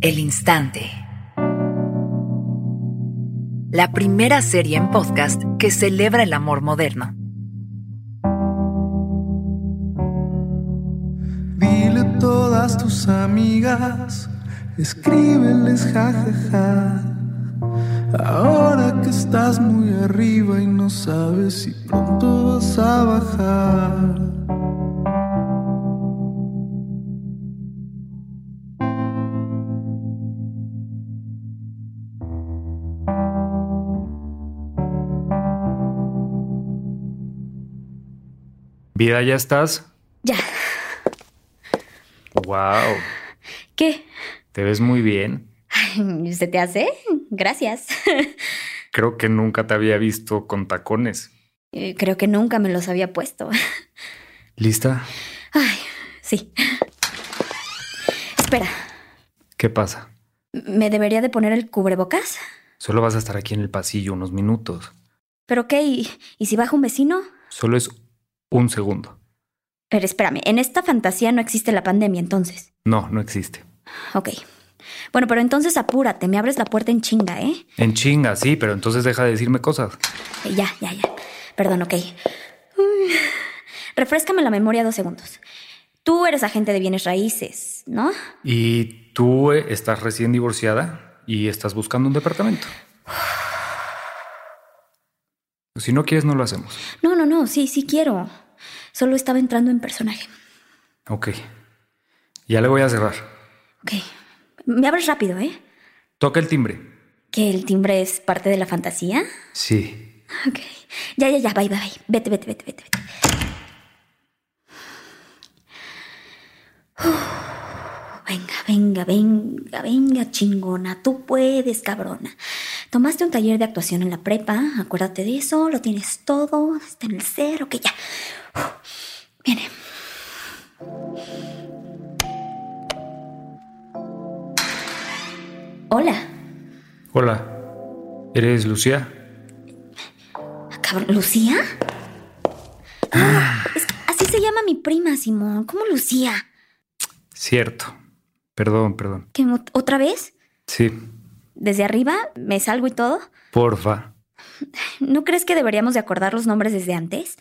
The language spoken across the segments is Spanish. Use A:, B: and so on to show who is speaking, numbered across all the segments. A: El Instante. La primera serie en podcast que celebra el amor moderno.
B: Dile a todas tus amigas, escríbeles jajaja. Ahora que estás muy arriba y no sabes si pronto vas a bajar.
C: Vida, ¿ya estás?
D: Ya.
C: Wow,
D: ¿Qué?
C: te ves muy bien.
D: Ay, ¿Se te hace? Gracias.
C: Creo que nunca te había visto con tacones.
D: Eh, Creo que nunca me los había puesto.
C: ¿Lista?
D: Ay, sí. Espera,
C: ¿Qué pasa?
D: ¿me debería de poner el cubrebocas?
C: Solo vas a estar aquí en el pasillo unos minutos.
D: ¿Pero qué? ¿Y, y si baja un vecino?
C: Solo es un segundo.
D: Pero espérame, en esta fantasía no existe la pandemia entonces.
C: No, no existe.
D: Ok. Bueno, pero entonces apúrate, me abres la puerta en chinga, ¿eh?
C: En chinga, sí, pero entonces deja de decirme cosas.
D: Eh, Ya, ya, ya. Perdón, ok. Mm. Refréscame la memoria dos segundos. Tú eres agente de bienes raíces, ¿no?
C: ¿Y tú eh, estás recién divorciada y estás buscando un departamento? Si no quieres, no lo hacemos.
D: No, no, no, sí, sí quiero. Solo estaba entrando en personaje.
C: Ok. Ya le voy a cerrar.
D: Ok. Me abres rápido, ¿eh?
C: Toca el timbre.
D: Que el timbre es parte de la fantasía.
C: Sí,
D: Ok. Ya, ya, ya, bye, bye, bye. Vete, vete, vete, vete. vete. Uf. Venga, venga, venga, venga, chingona. Tú puedes, cabrona. Tomaste un taller de actuación en la prepa. Acuérdate de eso. Lo tienes todo. Está en el cero. Que ya. Uf. Viene. Hola.
C: Hola, ¿eres Lucía?
D: Cabrón, ¿Lucía? Ah, es- así se llama mi prima, Simón. ¿Cómo Lucía?
C: Cierto. Perdón, perdón.
D: ¿Que ot- otra vez?
C: Sí,
D: ¿Desde arriba? ¿Me salgo y todo?
C: porfa.
D: ¿No crees que deberíamos de acordar los nombres desde antes?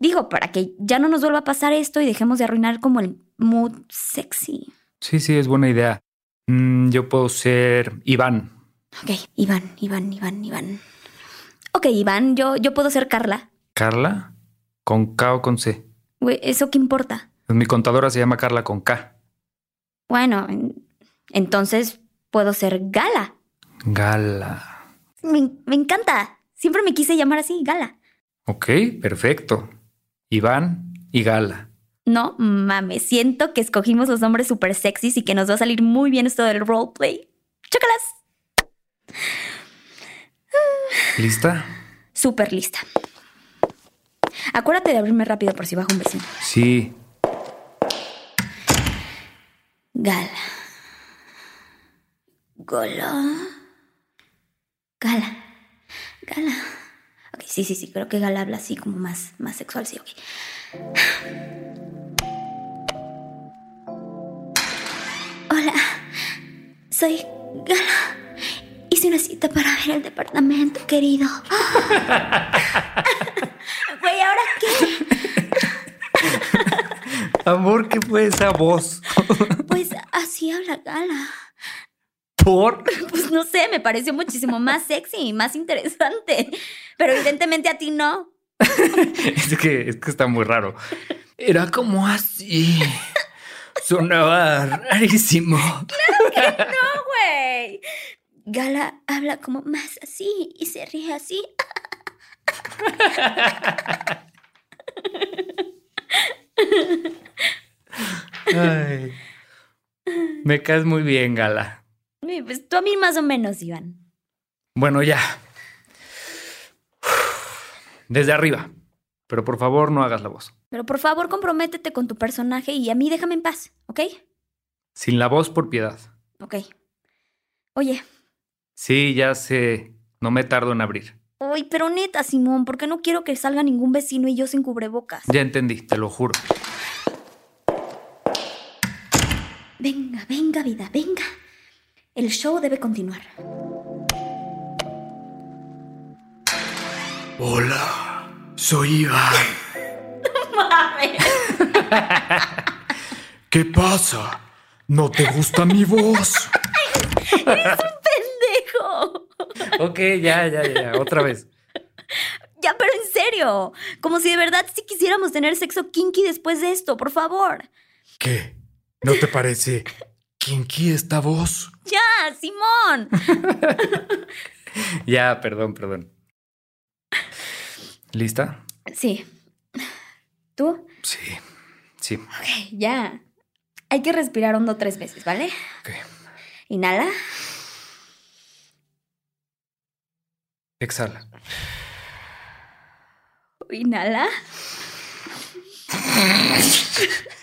D: Digo, para que ya no nos vuelva a pasar esto y dejemos de arruinar como el mood sexy.
C: Sí, sí, es buena idea. Mm, yo puedo ser Iván.
D: Ok, Iván, Iván, Iván, Iván. Ok, Iván, yo, yo puedo ser Carla.
C: ¿Carla? ¿Con K o con C?
D: Güey, ¿eso qué importa?
C: Pues mi contadora se llama Carla con K.
D: Bueno, en- entonces puedo ser Gala.
C: Gala.
D: Me, en- me encanta. Siempre me quise llamar así, Gala.
C: Ok, perfecto. Iván y Gala.
D: No mames, siento que escogimos los nombres súper sexys y que nos va a salir muy bien esto del roleplay. ¡Chócalas!
C: ¿Lista?
D: Súper lista. Acuérdate de abrirme rápido por si bajo un vecino.
C: Sí.
D: Gala. Golo. Gala. Gala. Ok, sí, sí, sí, creo que Gala habla así como más, más sexual, sí, ok. Hola, soy Gala. Hice una cita para ver el departamento, querido. Güey, ¿ahora qué?
C: Amor, ¿qué fue esa voz?
D: Pues así habla Gala.
C: ¿Por?
D: Pues no sé, me pareció muchísimo más sexy y más interesante. Pero evidentemente a ti no.
C: Es que, es que está muy raro. Era como así. Sonaba rarísimo.
D: ¡No, güey! Gala habla como más así y se ríe así.
C: Ay. Me caes muy bien, Gala.
D: Y Pues tú a mí más o menos, Iván.
C: Bueno, ya. Desde arriba. Pero por favor, no hagas la voz.
D: Pero por favor, comprométete con tu personaje y a mí déjame en paz, ¿ok?
C: Sin la voz, por piedad.
D: Ok. Oye,
C: Sí, ya sé. No me tardo en abrir.
D: uy, pero neta, Simón, porque no quiero que salga ningún vecino y yo sin cubrebocas.
C: Ya entendí, te lo juro.
D: Venga, venga, vida, venga. El show debe continuar.
C: Hola, soy Iván. ¿Qué pasa? ¿No te gusta mi voz?
D: ¡Pendejo!
C: Ok, ya, ya, ya, otra vez.
D: Ya, pero en serio. Como si de verdad sí quisiéramos tener sexo kinky después de esto, por favor.
C: ¿Qué? ¿No te parece kinky esta voz?
D: Ya, Ah, Simón.
C: Ya, perdón, perdón. ¿Lista?
D: Sí. ¿Tú?
C: Sí, sí.
D: Ok, ya. Hay que respirar hondo tres veces, ¿vale?
C: Ok.
D: Inhala.
C: Exhala.
D: Inhala.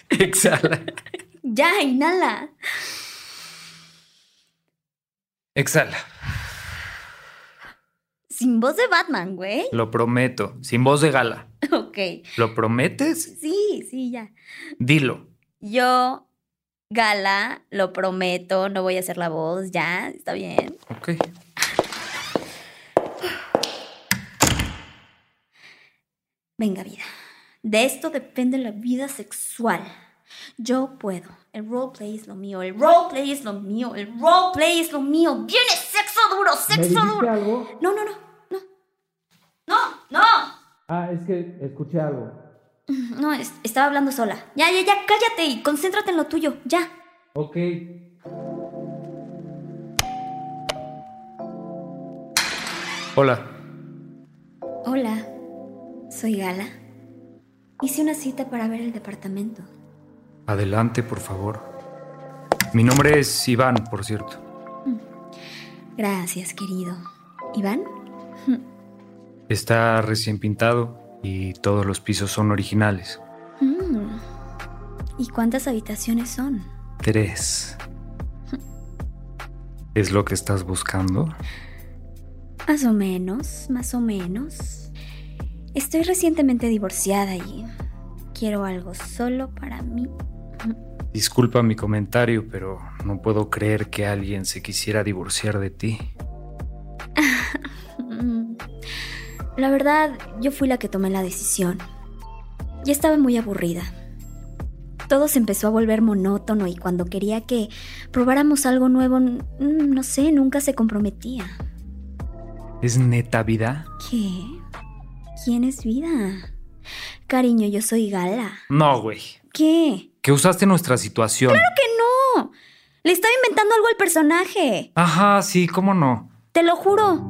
C: Exhala.
D: Ya, inhala.
C: Exhala.
D: Sin voz de Batman, güey.
C: Lo prometo. Sin voz de gala.
D: Ok.
C: ¿Lo prometes?
D: Sí, sí, ya.
C: Dilo.
D: Yo, Gala, lo prometo, no voy a hacer la voz, ya, está bien.
C: Ok.
D: Venga, vida. De esto depende la vida sexual. Yo puedo. El roleplay es lo mío, el roleplay es lo mío, el roleplay es lo mío. Viene sexo duro, sexo duro. No, no, no, no. No, no.
E: Ah, es que escuché algo.
D: No, es- estaba hablando sola. Ya, ya, ya, cállate y concéntrate en lo tuyo, ya.
E: Ok.
C: Hola.
D: Hola, soy Gala. Hice una cita para ver el departamento.
C: Adelante, por favor. Mi nombre es Iván, por cierto.
D: Gracias, querido. ¿Iván?
C: Está recién pintado y todos los pisos son originales.
D: Mm. ¿Y cuántas habitaciones son?
C: Tres. ¿Es lo que estás buscando?
D: Más o menos, más o menos. Estoy recientemente divorciada y quiero algo solo para mí.
C: Disculpa mi comentario, pero no puedo creer que alguien se quisiera divorciar de ti.
D: Mm. La verdad, yo fui la que tomé la decisión. Ya estaba muy aburrida. Todo se empezó a volver monótono y cuando quería que probáramos algo nuevo, n- mm, no sé, nunca se comprometía.
C: ¿Es neta vida?
D: ¿Qué? ¿Quién es vida? Cariño, yo soy Gala.
C: No, güey.
D: ¿Qué?
C: Que usaste nuestra situación.
D: ¡Que no! Le estaba inventando algo al personaje.
C: Ajá, sí, cómo no.
D: Te lo juro.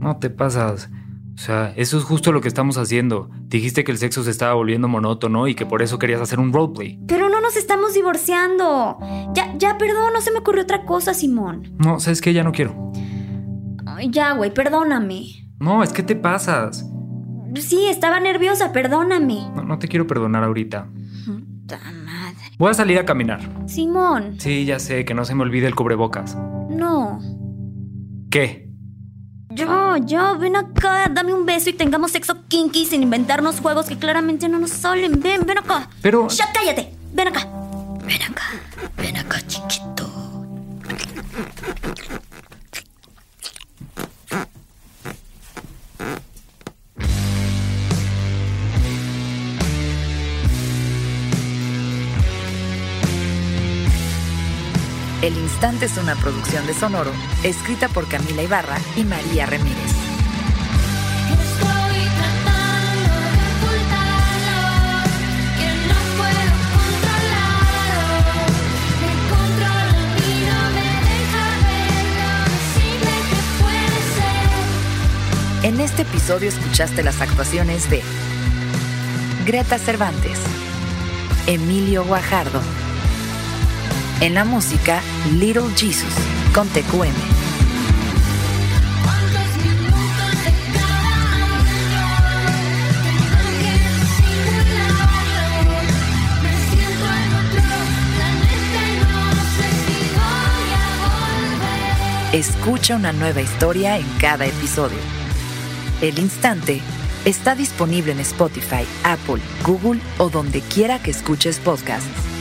C: No te pasas. O sea, eso es justo lo que estamos haciendo. Dijiste que el sexo se estaba volviendo monótono y que por eso querías hacer un roleplay.
D: Pero no nos estamos divorciando. Ya, ya, perdón, no se me ocurrió otra cosa, Simón.
C: No, ¿sabes qué? Ya no quiero.
D: Ay, ya, güey, perdóname.
C: No, es que te pasas.
D: Sí, estaba nerviosa, perdóname.
C: No, no te quiero perdonar ahorita.
D: Puta madre.
C: Voy a salir a caminar.
D: Simón,
C: Sí, ya sé, que no se me olvide el cubrebocas.
D: no.
C: ¿Qué?
D: Yo, yo, ven acá, dame un beso y tengamos sexo kinky sin inventarnos juegos que claramente no nos salen. Ven, ven acá.
C: Pero...
D: Ya cállate. Ven acá. Ven acá. Ven acá, chiquito.
A: El Instante es una producción de Sonoro, escrita por Camila Ibarra y María Ramírez.
F: Estoy tratando de ocultarlo, que no puedo controlarlo. Me controla y no me deja verlo, decirme que puede ser.
A: En este episodio escuchaste las actuaciones de Greta Cervantes, Emilio Guajardo, en la música Little Jesus con TQM,
F: Cuántos minutos de cada año Tengo que disimularlo Me siento en otro planeta y no sé si voy a volver
A: escucha una nueva historia en cada episodio. El Instante está disponible en Spotify, Apple, Google o donde quiera que escuches podcasts.